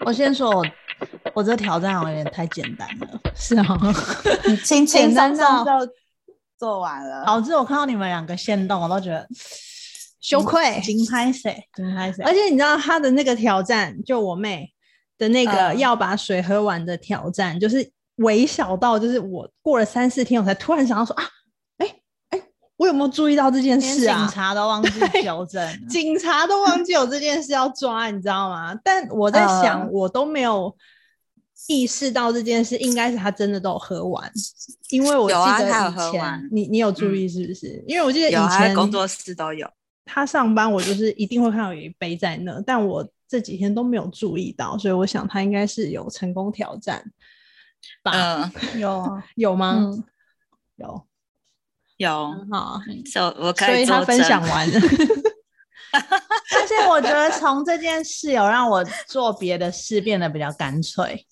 我先说我，我这挑战好像有点太简单了。哦是啊，你轻轻简单松松到就做完了。哦导致我看到你们两个先动，我都觉得 羞愧。金拍谁，金拍谁。而且你知道他的那个挑战，就我妹的那个嗯要把水喝完的挑战，就是微小到就是我过了三四天，我才突然想到说啊，哎、哎、我有没有注意到这件连事啊？警 察都忘记纠正嗯了，警察都忘记有这件事要抓，你知道 吗？但我在想，嗯我都没有意识到这件事，应该是他真的都有喝完，因为我记有啊得他有以喝前、完嗯你你有注意是不是？因为我记得以有啊，前工作室都有。他上班，我就是一定会看到有一杯在那，但我这几天都没有注意到，所以我想他应该是有成功挑战吧？嗯，有啊， 有吗？嗯，有。有，很好啊，所以我所可以他作分证享完了， 而且我觉得从这件事有让我做别的事变得比较干脆，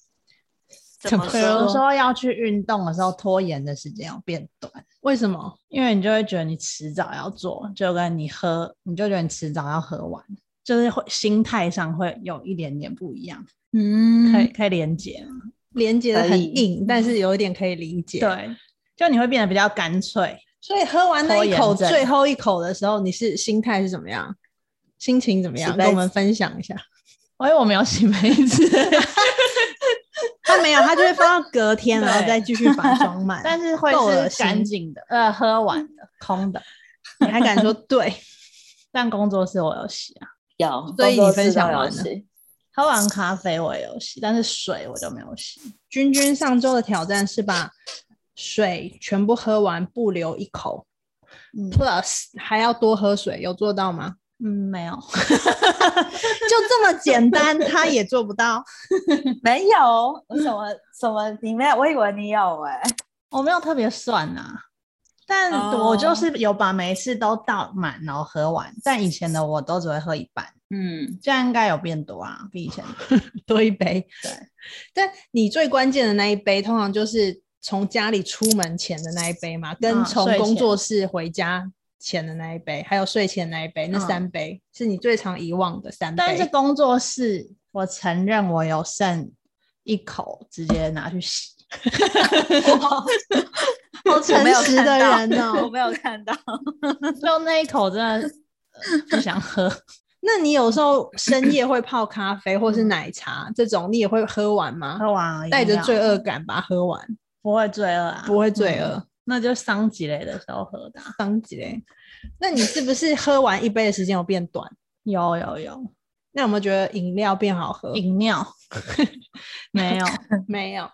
怎么啊比如说？说要去运动的时候，拖延的时间要变短，为什么？因为你就会觉得你迟早要做，就跟你喝，你就觉得你迟早要喝完，就是会心态上会有一点点不一样，嗯可以可以连接。连接的可很以硬，但是有一点可以理解。，对，就你会变得比较干脆，所以喝完那一口拖延症最后一口的时候，你是心态是怎么样？心情怎么样？洗杯跟子我们分享一下。因为我没有洗杯子， 他没有，他就会放到隔天，对然后再继续 把它装满。但是会够恶是心干净的，呃，喝完的空的。你还敢说对？ 但工作室我有洗啊，有，所以你工作分室享都有完了洗喝完咖啡我也有洗，但是水我就没有洗。君君上周的挑战是把水全部喝完，不留一口。嗯 Plus 还要多喝水，有做到吗？嗯，没有， 就这么简单，他也做不到。没有？我什么什么？你没有？我以为你有哎、我没有特别算啊。但我哦就是有把每一次都倒满，然后喝完。但以前的我都只会喝一半，嗯，这样应该有变多啊，比以前 多。多一杯。对，但你最关键的那一杯，通常就是从家里出门前的那一杯嘛，跟嗯从睡前工作室回家前的那一杯，还有睡前那一杯，那嗯三杯、是你最常遗忘的三杯。但是工作室，我承认我有剩一口，直接拿去洗。 好我诚没有实看的到人哦、我没有看 到。就那一口真的呃不想喝，那你有时候深夜会泡咖啡或是奶茶这种，你也会喝完吗？喝完了带着罪一定要恶感把它喝完，不会罪恶啊，不会罪恶嗯，那就伤积累的时候喝的啊、伤及嘞。那你是不是喝完一杯的时间有变短？有有有，那有没有觉得饮料变好喝？饮料 没有，没有，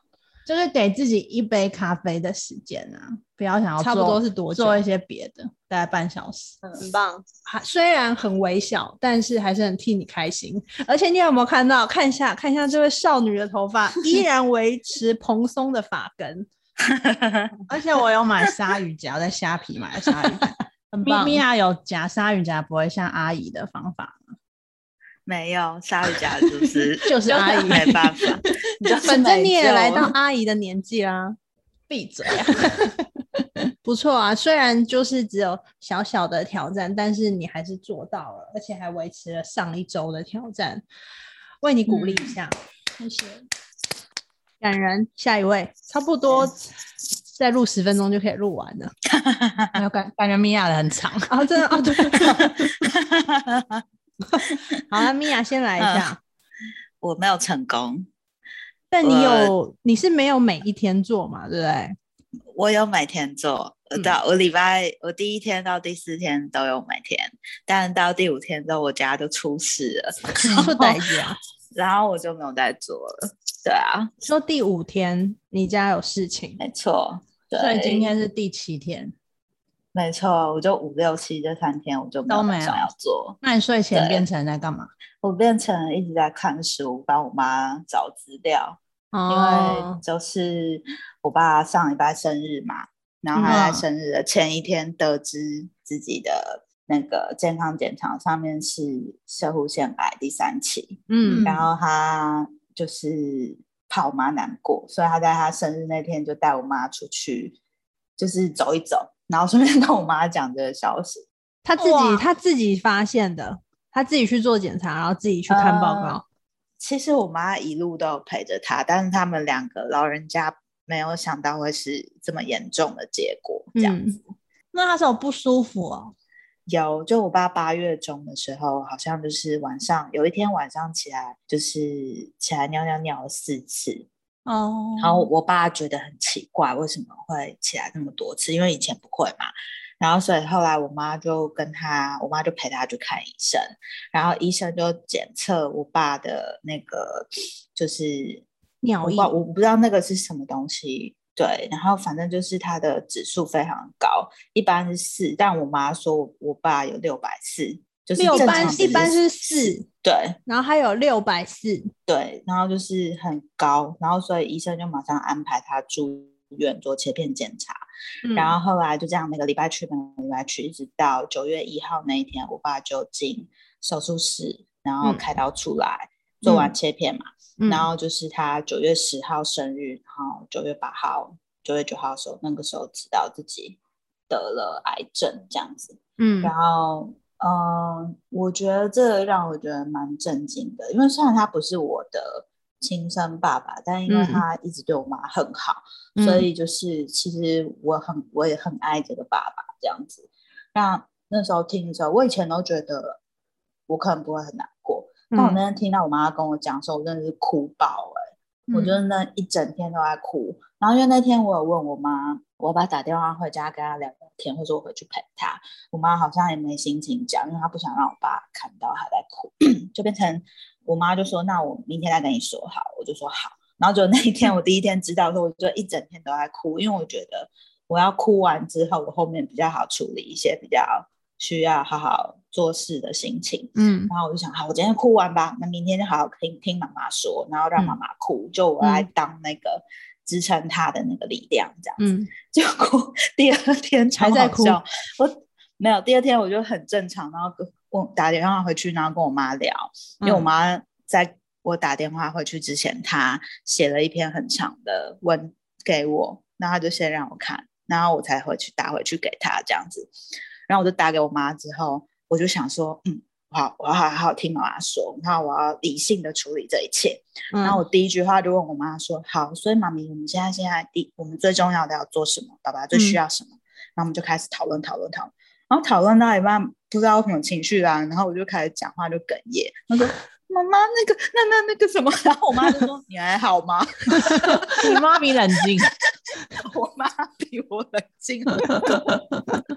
就是给自己一杯咖啡的时间啊，不要想要差不多做是多久？做一些别的，大概半小时。很棒，还虽然很微小，但是还是很替你开心。而且你有没有看到？看一下，看一下这位少女的头发依然维持蓬松的发根， 而且我有买鲨鱼夹，我在虾皮买的鲨鱼夹， 很咪棒。咪啊有夹鲨鱼夹，不会像阿姨的方法，没有，鲨鱼家 就是就是阿姨没办 法，你就是反正没你也来救到了阿姨的年纪啦，闭嘴啊！ 不错啊。虽然就是只有小小的挑战，但是你还是做到了，而且还维持了上一周的挑战，为你鼓励一下。谢谢。感人，下一位，差不嗯多再录十分钟就可以录完了。 没有感感觉米娅的很长，啊，真的 啊，对。好了，米娅先来一下。我没有成功，但你有，你是没有每一天做嘛，对不 对？我有每天做，嗯我到、我礼拜我第一天到第四天都有每天，但到第五天之后我家就出 事了，说哪一集啊？然后我就没有再做了。对啊，说第五天你家有事情，没错，对，所以今天是第七天。没错，我就五六七这三天我就没都有没打算有要做，那你睡前对变成在干嘛？我变成一直在看书，帮我妈找资料，因为哦，就是我爸上礼拜生日嘛，然后他嗯在生日的前一天得知自己的那个健康检查上面是射护腺癌第三期，嗯，然后他就是怕我妈难过，所以他在他生日那天就带我妈出去，就是走一走，然后顺便跟我妈讲这个消息。他自己哇呃他自己发现的，他自己去做检查，然后自己去看报告。其实我妈一路都有陪着她，但是他们两个老人家没有想到会是这么严重的结果，这嗯样子。那他是有不舒服哦，有，就我爸八月中的时候，好像就是晚上有一天晚上起来，就是起来尿尿尿了四次，哦，然后我爸觉得很奇怪，为什么会起来那么多次？因为以前不会嘛。然后所以后来我妈就跟他，我妈就陪他去看医生，然后医生就检测我爸的那个就是尿我意不，我不知道那个是什么东西。对，然后反正就是他的指数非常高，一般是四，但我妈说我我爸有六百四，就是六正班常一般值是四，对然后还有六百四，对，然后就是很高，然后所以医生就马上安排他住院做切片检查，嗯然后后来就这样，每个礼拜去，每个礼拜去，一直到九月一号那一天，我爸就进手术室，然后嗯开刀出来，做完嗯切片嘛。嗯然后就是他九月十号生日，然后九月八号、九月九号的时候，那个时候知道自己得了癌症这样子。嗯然后，嗯、我觉得这让我觉得蛮震惊的，因为虽然他不是我的亲生爸爸，但因为嗯他一直对我妈很好。嗯所以就是其实我很我也很爱这个爸爸这样子。那那时候听的时候，我以前都觉得我可能不会很难过，但我那嗯天听到我妈跟我讲的时候，我真的是哭爆哎、我嗯就是那一整天都在哭。然后因为那天我有问我妈，我爸打电话回家跟他聊聊天，或者我回去陪他，我妈好像也没心情讲，因为她不想让我爸看到她在哭， 就变成我妈就说：“那我明天再跟你说好。”我就说好。然后就那一天，我第一天知道的时候，我就一整天都在哭，因为我觉得我要哭完之后，我后面比较好处理一些比较需要好好做事的心情。嗯然后我就想，好，我今天哭完吧，那明天就好好听听妈妈说，然后让嗯妈妈哭，就我来当那个支撑她的那个力量，这样子。 嗯结果第二天超还在好哭笑，我没有。第二天我就很正常，然后跟我打电话回去，然后跟我妈聊，因为我嗯妈在我打电话回去之前，她写了一篇很长的文给我，那她就先让我看，然后我才回去打回去给她这样子。然后我就打给我妈之后，我就想说，嗯，好，我要好好听妈妈说，然后我要理性的处理这一切。然后我第一句话就问我妈说：“好，所以妈咪，我们现在现在第我们最重要的要做什么？爸爸最需要什么？”然后我们就开始讨论讨论讨论，然后讨论到一半不知道什么情绪啦、然后我就开始讲话就哽咽，她说：“妈妈，那个那那那个什么？”然后我妈就说：“你还好吗 你妈比冷静，？” 我妈比我冷静很多，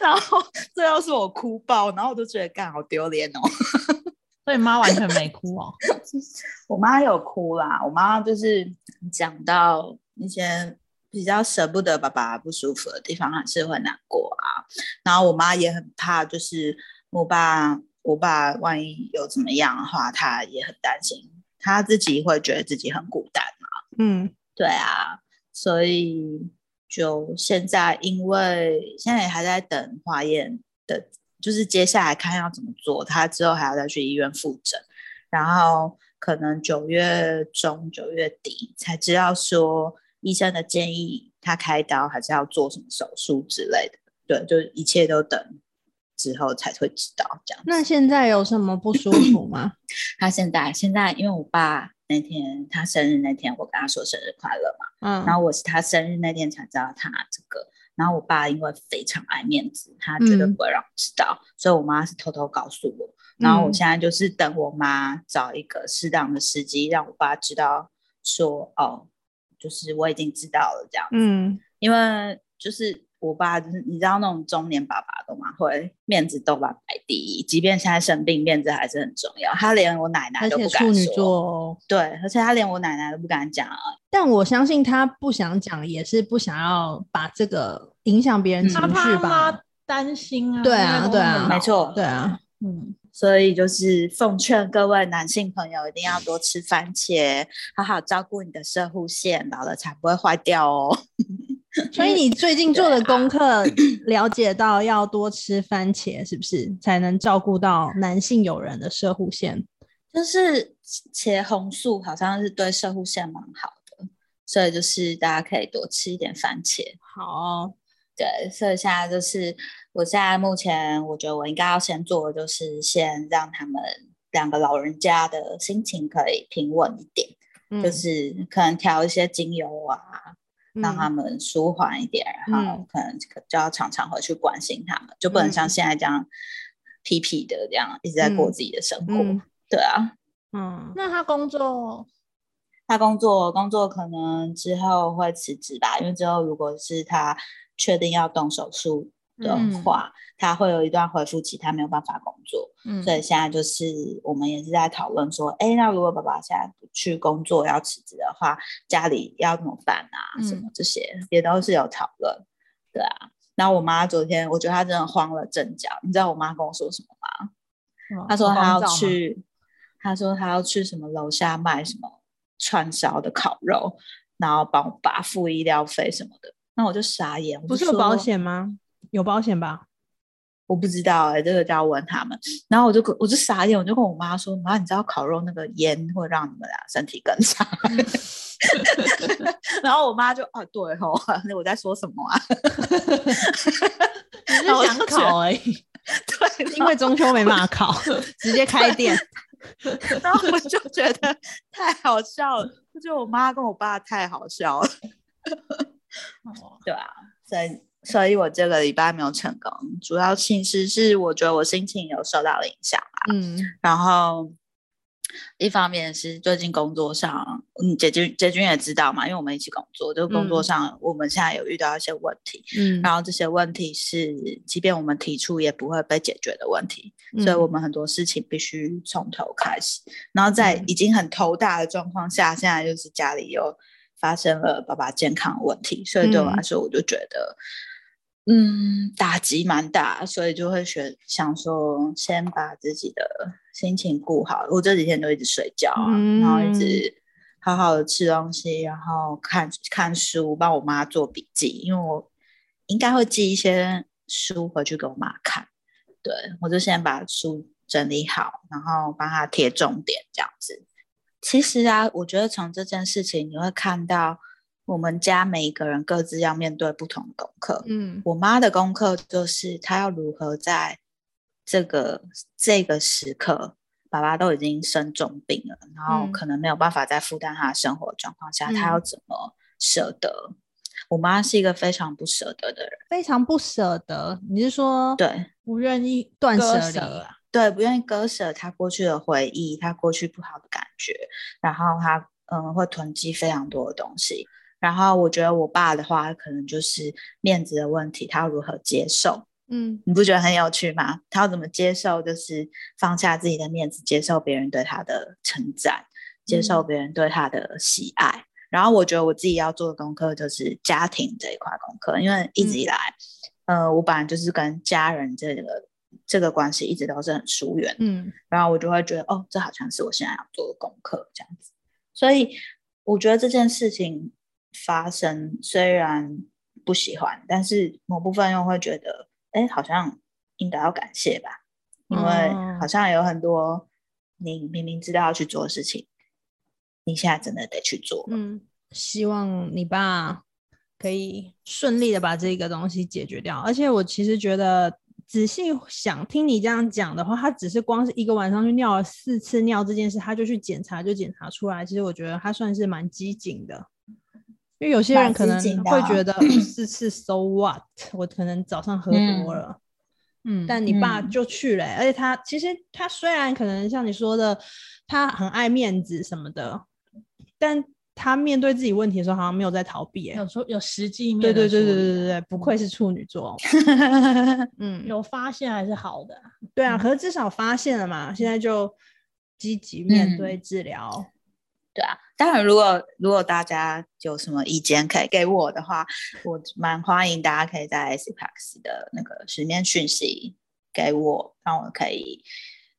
然后最后是我哭爆，然后我就觉得干好丢脸哦。所以妈完全没哭哦。我妈有哭啦，我妈就是讲到一些比较舍不得爸爸不舒服的地方，还是会难过啊。然后我妈也很怕，就是我爸，我爸万一有怎么样的话，她也很担心，她自己会觉得自己很孤单嘛。嗯对啊，所以就现在，因为现在也还在等化验的，就是接下来看要怎么做，他之后还要再去医院复诊，然后可能九月中、九月底才知道说医生的建议，他开刀还是要做什么手术之类的。对，就是一切都等之后才会知道这样子。那现在有什么不舒服 吗？他现在现在，因为我爸那天他生日那天，我跟他说生日快乐嘛。嗯，然后我是他生日那天才知道他这个。然后我爸因为非常爱面子，他绝对嗯不会让我知道，所以我妈是偷偷告诉我。然后我嗯现在就是等我妈找一个适当的时机，让我爸知道说哦，就是我已经知道了这样。嗯因为就是我爸，就是你知道那种中年爸爸都蛮会面子都把摆第一，即便现在生病，面子还是很重要。他连我奶奶而都且不处敢女座说，哦，对，而且他连我奶奶都不敢讲啊。但我相信他不想讲，也是不想要把这个影响别人嗯情他绪怕吧妈。担心啊，对啊因为都对啊那么老没错对啊，嗯，所以就是奉劝各位男性朋友，一定要多吃番茄，好好照顾你的射护线，老了才不会坏掉哦。 所以你最近做的对啊功课了解到要多吃番茄，是不是才能照顾到男性友人的射护线？就是茄红素好像是对射护线蛮好的，所以就是大家可以多吃一点番茄。好哦、对，所以现在就是我现在目前我觉得我应该要先做的就是先让他们两个老人家的心情可以平稳一点，就嗯是可能调一些精油啊，让他嗯们舒缓一点，然后嗯可能可就要常常回去关心他们，就不能像嗯现在这样皮皮的这样一直在过嗯自己的生活。嗯对啊，嗯那他工作他工作工作可能之后会辞职吧，因为之后如果是他确定要动手术的嗯话，他会有一段恢复期，他没有办法工作。嗯所以现在就是我们也是在讨论说，哎，那如果爸爸现在不去工作要辞职的话，家里要怎么办啊？什嗯么这些也都是有讨论，对啊。然后我妈昨天，我觉得她真的慌了阵脚。你知道我妈跟我说什么吗？她说她要，去，她说她要去什么楼下卖什么串烧的烤肉，然后帮我爸付医疗费什么的。那我就傻眼，我不是就有保说险吗？有保险吧？我不知道哎、欸，这个就要问他们。然后我就跟我就傻眼，我就跟我妈说：“妈，你知道烤肉那个烟会让你们俩身体更 差。” 然后我妈就：“啊，对哦， 那我在说什么啊 只是想 考哎而已。？”对，因为中秋没办法考， 直接开 店。然后我就觉得太好笑了，就觉得我妈跟我爸太好笑了。对啊，所以所以我这个礼拜没有成功，主要其实是我觉得我心情有受到了影响。嗯然后一方面是最近工作上，嗯，杰君杰君也知道嘛，因为我们一起工作，就工作嗯上、我们现在有遇到一些问题，嗯，然后这些问题是即便我们提出也不会被解决的问题，嗯所以我们很多事情必须从头开始。然后在嗯已经很头大的状况下，现在就是家里又发生了爸爸健康的问题，所以对我来嗯说，我就觉得。嗯，打击蛮大，所以就会选想说，先把自己的心情顾好。我这几天都一直睡觉啊，然后嗯一直好好的吃东西，然后看看书，帮我妈做笔记，因为我应该会寄一些书回去给我妈看。对，我就先把书整理好，然后帮她贴重点这样子。其实啊，我觉得从这件事情你会看到，我们家每一个人各自要面对不同的功课。嗯我妈的功课就是她要如何在这个这个时刻，爸爸都已经生重病了，然后嗯可能没有办法再负担他的生活状况下，她要怎么舍得？我妈是一个非常不舍得的人，非常不舍得。你是说对不愿意断割舍离舍啊？对，不愿意割舍她过去的回忆，她过去不好的感觉，然后她嗯会囤积非常多的东西。然后我觉得我爸的话，可能就是面子的问题，他要如何接受？嗯你不觉得很有趣吗？他要怎么接受，就是放下自己的面子，接受别人对他的称赞，接受别人对他的喜爱。然后我觉得我自己要做的功课就是家庭这一块功课，因为一直以来，呃，我本来就是跟家人这个这个关系一直都是很疏远的嗯然后我就会觉得，哦，这好像是我现在要做的功课这样子。所以我觉得这件事情发生，虽然不喜欢，但是某部分又会觉得，哎，好像应该要感谢吧，因为好哦像有很多你明明知道要去做的事情，你现在真的得去做。嗯，希望你爸可以顺利的把这个东西解决掉。而且我其实觉得。仔细想，听你这样讲的话，他只是光是一个晚上就尿了四次尿这件事，他就去检查，就检查出来。其实我觉得他算是蛮机警的，因为有些蛮人可机能警的会啊觉得 四次 so what，我可能早上喝嗯多了，嗯，但你爸嗯就去了欸、而且他其实他虽然可能像你说的，他很爱面子什么的，但他面对自己问题的时候，好像没有在逃避、欸。有出有实际面对的对对处对理对啊对对，不愧是处女座。嗯，有发现还是好的啊。对啊，可是至少发现了嘛，现在就积极面对治疗。对啊，当然，如果如果大家有什么意见可以给我的话，我蛮欢迎大家可以在 Cipax 的那个实面讯息给我，让我可以，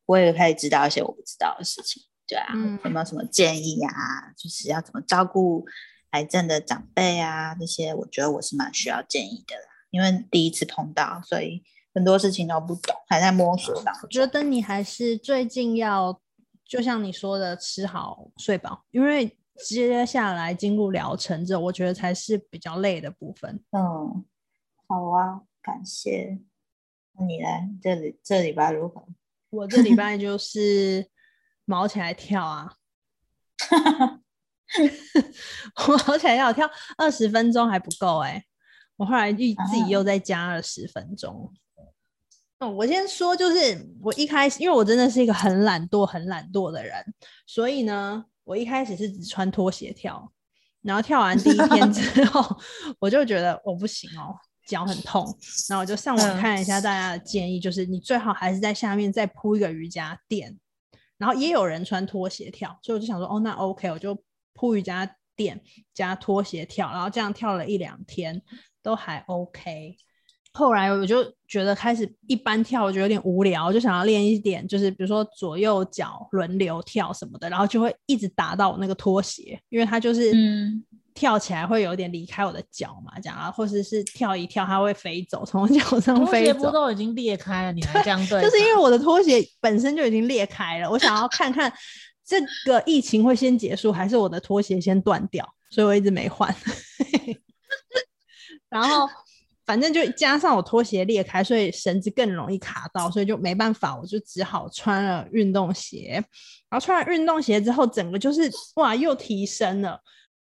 我也可以知道一些我不知道的事情。对啊，嗯有没有什么建议啊？就是要怎么照顾癌症的长辈啊？这些我觉得我是蛮需要建议的啦，因为第一次碰到，所以很多事情都不懂，还在摸索当我中。觉得你还是最近要，就像你说的，吃好睡饱，因为接下来进入疗程之后，我觉得才是比较累的部分。嗯，好啊，感 谢。那你来这里这礼拜如何？我这礼拜就是毛起来跳啊， 我毛起来跳，跳二十分钟还不够哎、我后来又自己又再加了十分钟。哦，我先说，就是我一开始，因为我真的是一个很懒惰、很懒惰的人，所以呢，我一开始是只穿拖鞋跳，然后跳完第一天之后，我就觉得我、不行哦，脚很痛，然后我就上网嗯看了一下大家的建议，就是你最好还是在下面再铺一个瑜伽垫，然后也有人穿拖鞋跳，所以我就想说，哦，那 OK，我就铺瑜伽垫加拖鞋跳，然后这样跳了一两天都还 OK。后来我就觉得开始一般跳，我觉得有点无聊，就想要练一点，就是比如说左右脚轮流跳什么的，然后就会一直打到我那个拖鞋，因为它就是嗯跳起来会有点离开我的脚嘛，这样啊，或者是跳一跳它会飞走，从我脚上拖飞鞋不走。都已经裂开了，你还这样 对它？就是因为我的拖鞋本身就已经裂开了，我想要 看看这个疫情会先结束，还是我的拖鞋先断掉，所以我一直没换。 然后反正就加上我拖鞋裂开，所以绳子更容易卡到，所以就没办法，我就只好穿了运动鞋。然后穿了运动鞋之后，整 个就是哇，又提升了。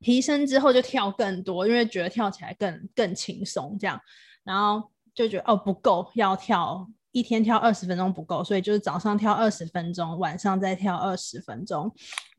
提升之后就跳更多，因为觉得跳起来更更轻松这样。然后就觉得哦不够，要跳一天跳二十分钟不够，所以就是早上跳二十分钟，晚上再跳二十分钟，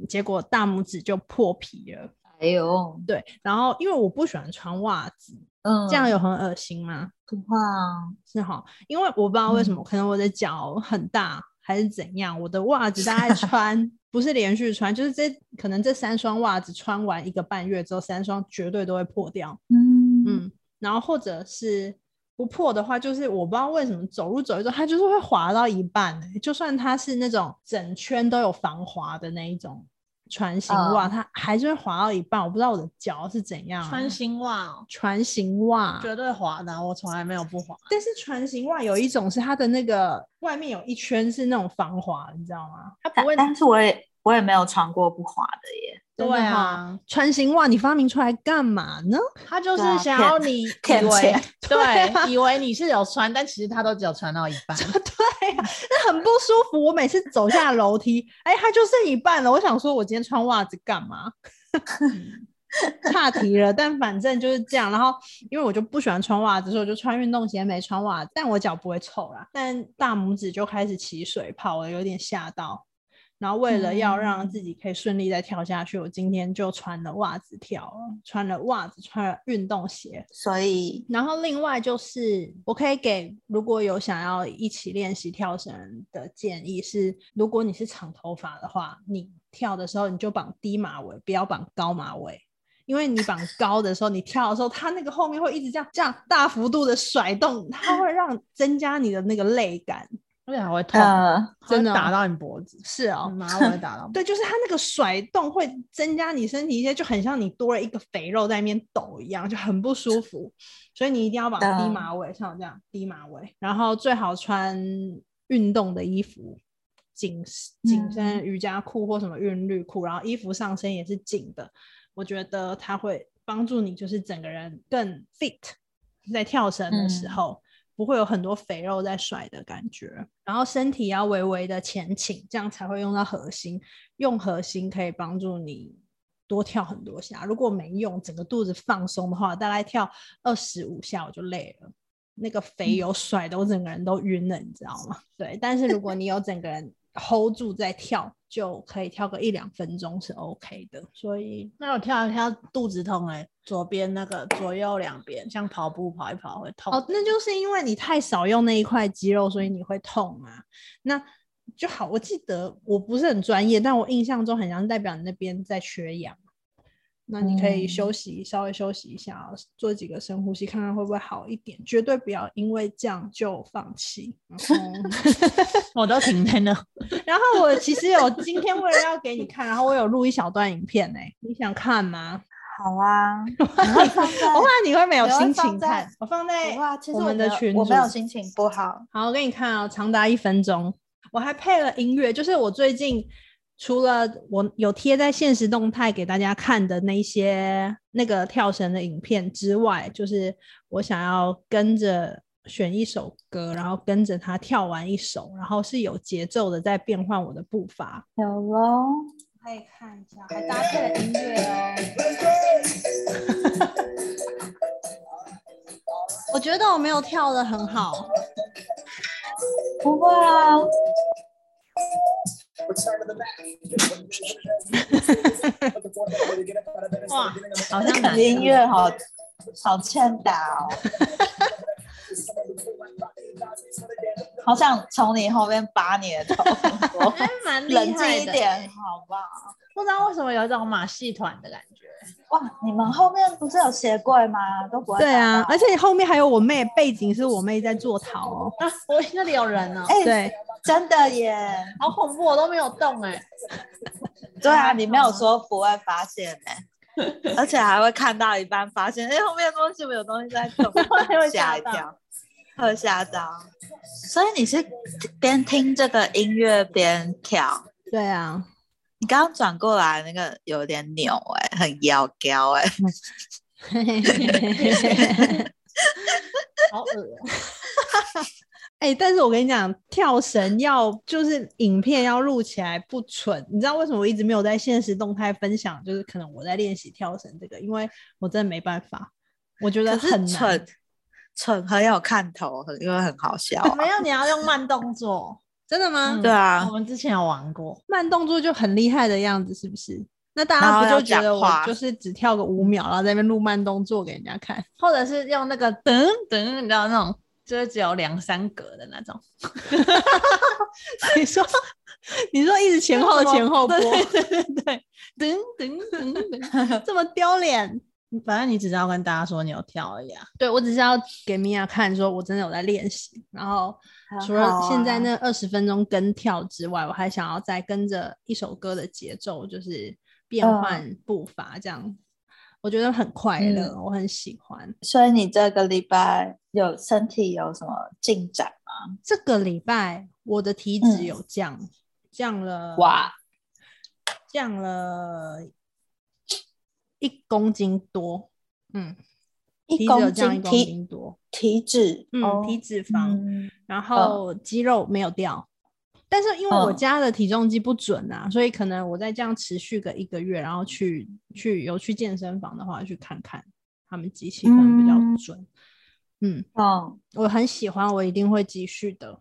结果大拇指就破皮了。哎呦，对，然后因为我不喜欢穿袜子，嗯，这样有很恶心吗？不会啊，是哈，因为我不知道为嗯什么，可能我的脚很大还是怎样，我的袜子大概穿不是连续穿，就是这可能这三双袜子穿完一个半月之后，三双绝对都会破掉。嗯嗯，然后或者是不破的话，就是我不知道为什么走路走一走，它就是会滑到一半、欸。就算它是那种整圈都有防滑的那一种船型袜，它还是会滑到一半。我不知道我的脚是怎样、嗯穿新袜哦，船型袜，绝对滑的啊，我从来没有不滑。但是船型袜有一种是它的那个外面有一圈是那种防滑，你知道吗？它但不会。嗯但是我也我也没有穿过不滑的耶，真的对哈啊，船型袜你发明出来干嘛呢？他就是对啊想骗要你以骗为钱对，以为你是有穿，但其实他都只有穿到一半。 对呀、那很不舒服。我每次走下楼梯，哎、它就剩一半了。我想说，我今天穿袜子干嘛？ 岔题了，但反正就是这样。然后，因为我就不喜欢穿袜子，所以我就穿运动鞋，没穿袜子。但我脚不会臭啦，但大拇指就开始起水泡，我有点吓到。然后为了要让自己可以顺利再跳下去，我今天就穿了袜子跳了，穿了袜子，穿了运动鞋，所以然后另外就是，我可以给如果有想要一起练习跳绳的建议是，如果你是长头发的话，你跳的时候你就绑低马尾，不要绑高马尾。因为你绑高的时候，你跳的时候，它那个后面会一直这样这样大幅度的甩动，它会让增加你的那个累感。而且还会痛， 呃，它会真的哦打到你脖子，嗯是哦， 马尾打到。对，就是它那个甩动会增加你身体一些，就很像你多了一个肥肉在那边抖一样，就很不舒服。所以你一定要绑低嗯懂马尾，像我这样低马尾，然后最好穿运动的衣服，紧嗯紧身瑜伽裤或什么韵律裤，然后衣服上身也是紧的。我觉得它会帮助你，就是整个人更 fit，在跳绳的时嗯候。不会有很多肥肉在甩的感觉，然后身体要微微的前倾，这样才会用到核心。用核心可以帮助你多跳很多下。如果没用，整个肚子放松的话，大概跳二十五下我就累了。那个肥油甩的我整个人都晕了，你知道吗？ 对，但是如果你有整个人 hold 住在跳，就可以跳个一两分钟是 OK 的。所以那我跳一跳，肚子痛哎、左边那个左右两边，像跑步跑一跑会痛。哦，那就是因为你太少用那一块肌肉，所以你会痛啊。那就好，我记得我不是很专业，但我印象中很像代表你那边在缺氧。那你可以休息，稍微休息一下，啊做几个深呼吸，看看会不会好一点。绝对不要因为这样就放弃。然 后我都停在那，然后我其实有今天为了要给你看，然后我有录一小段影片呢、欸你想看吗？好啊， 你会放在我怕你会没有你会心放情在看，我放在不会啊其实我我们的没有群我没有组心情不好，好，我给你看哦，长达一分钟，我还配了音乐，就是我最近除了我有贴在现实动态给大家看的那一些那个跳绳的影片之外，就是我想要跟着选一首歌，然后跟着它跳完一首，然后是有节奏的在变换我的步伐。有喽，可以看一下，还搭配了音乐 哦。我觉得我没有跳的很好，不会啊，哇，好那像感蛮觉音乐好好欠 打哦。好想从你后面拔你的头， 还哎蛮厉害的冷静一，点，好不好？不知道为什么有一种马戏团的感觉。哇，你们后面不是有鞋柜吗？都不会对打啊，到而且后面还有我妹，背景是我妹在做陶哦。啊，我那里有人呢、哎、对，真的耶！好恐怖，我都没有动哎、对啊，你没有说不会发现呢、 而且还会看到一半发现，哎、后面东西有东西在 动会，吓吓一到跳，会吓到。所以你是边听这个音乐边跳，对啊，你刚刚转过来那个有点扭哎、很摇摇哎，好恶哦、哎、但是我跟你讲，跳绳要就是影片要录起来不蠢，你知道为什么我一直没有在现实动态分享？就是可能我在练习跳绳这个，因为我真的没办法，我觉得可很是难。蠢蠢很有看头，很因为很好笑啊、怎么样？你要用慢动作？真的吗？对啊我，哦们之前有玩过，嗯慢动作就很厉害的样子，是不是？那大然家后不要就觉讲得我话就是只跳个五秒，然后在那边录慢动作给人家看？或者是用那个噔噔，你知道那种，就是只有两三格的那种。 你说，你说一直前后前后播，对对对对对，噔噔噔噔，这么丢脸。反正你只是要跟大家说你有跳而已啊。对我只是要给米娅看，说我真的有在练习。然后除了现啊在那二十分钟跟跳之外，我还想要再跟着一首歌的节奏，就是变嗯换步伐这样。我觉得很快乐，嗯我很喜欢。所以你这个礼拜有身体有什么进展吗？这个礼拜我的体脂有降，降了，嗯哇，降了一公斤多。嗯，体一脂有公降一斤公体斤多。体脂，嗯，哦体脂肪。嗯然后肌肉没有掉。但是因为我嗯家的体重机不准啊，所以可能我再这样持续个一个月，然后去去有去健身房的话，去看看他们机器可能比较嗯准。嗯，嗯，我很喜欢，我一定会继续 的。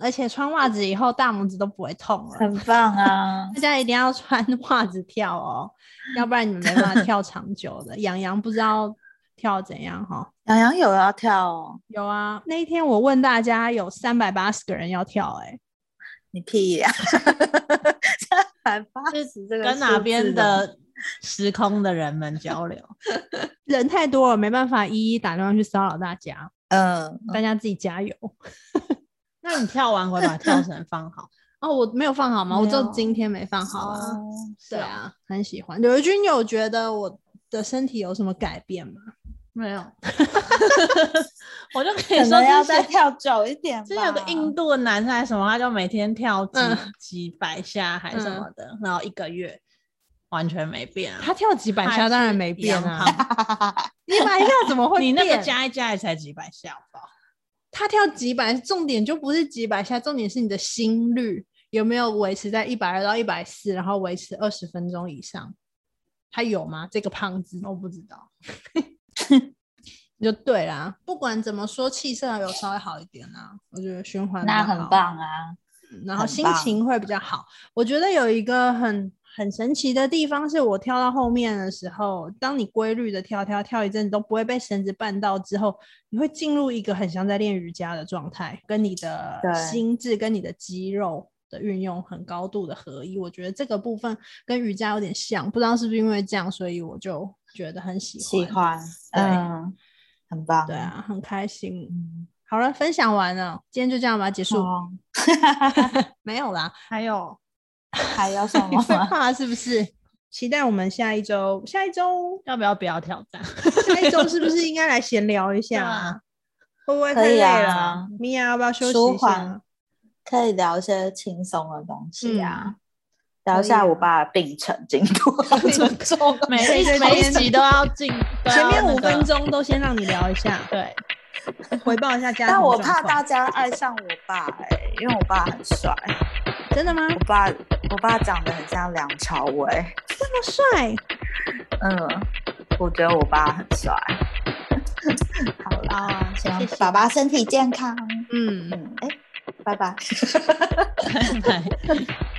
而且穿袜子以后大拇指都不会痛了。！很棒啊大家一定要穿 袜子跳哦，要不然你们没 办法跳长久的。杨洋不知道跳怎样哈、洋洋有要跳哦，有啊，那一天我问大家，有三百八十个人要跳、欸，哎，你屁呀、 三百八十这个跟哪数边字哦？的时空的人们 交 流？人太多了，没办法一一打电话去骚扰大家，嗯，大家自己加油。那你跳完回把跳绳放好。哦，我没有放好吗？我没只有有今天没放好啊。哦对啊，很喜欢。刘怡君有觉得我的身体有什么改变吗？没有，我就可以可说能要之再前跳久一点吧。之前有个 印度的男生还是什么，他就每天跳几、嗯几百下还是什么的，然后一个月完全没变啊。他跳几百还下是当然没一样变啊，胖 你百下怎么会你那个变加一加也才几百下吧？他跳几百，重点就不是几百下，重点是你的心率有没有维持在一百二到一百四，然后维持二十分钟以上，他有吗？这个胖子我不知道， 就对啦，不管怎么说，气色有稍微好一点啦、我觉得循环比那较很好，棒啊！嗯然后很心棒情会比较好。我觉得有一个很很神奇的地方，是我跳到后面的时候，当你规律的跳跳跳一阵子都不会被绳子绊到之后，你会进入一个很像在练瑜伽的状态，跟你的对心智跟你的肌肉。的运用很高度的合一，我觉得这个部分跟瑜伽有点像，不知道是不是因为这样，所以我就觉得很喜喜欢。欢，对嗯，很棒。对啊，很开心。嗯，好了，分享完了，今天就这样吧，结束。哦，没有啦，还有还有什 你么会吗？怕是不是？期待我们下一周，下一周，要不要不要挑 战？下一周是不是应该来闲聊一下啊？会不会太可以累了啊？米娅要不要休息舒一下缓？，可以聊一些轻松的东西啊，聊可一以下我啊爸的病程进度好啊沉重哦。每对一对每一对集都要进，都前啊要面那五个分钟都先让你聊一下，对，回报一下家庭 但我状怕况大家爱上我爸、欸，因为我爸很帅，真 的吗？我爸我爸长得很像梁朝伟，这么帅，嗯，我觉得我爸很帅。 好啦，啊，希谢望谢哦爸爸身体健康。嗯， 嗯，哎、拜拜。拜拜。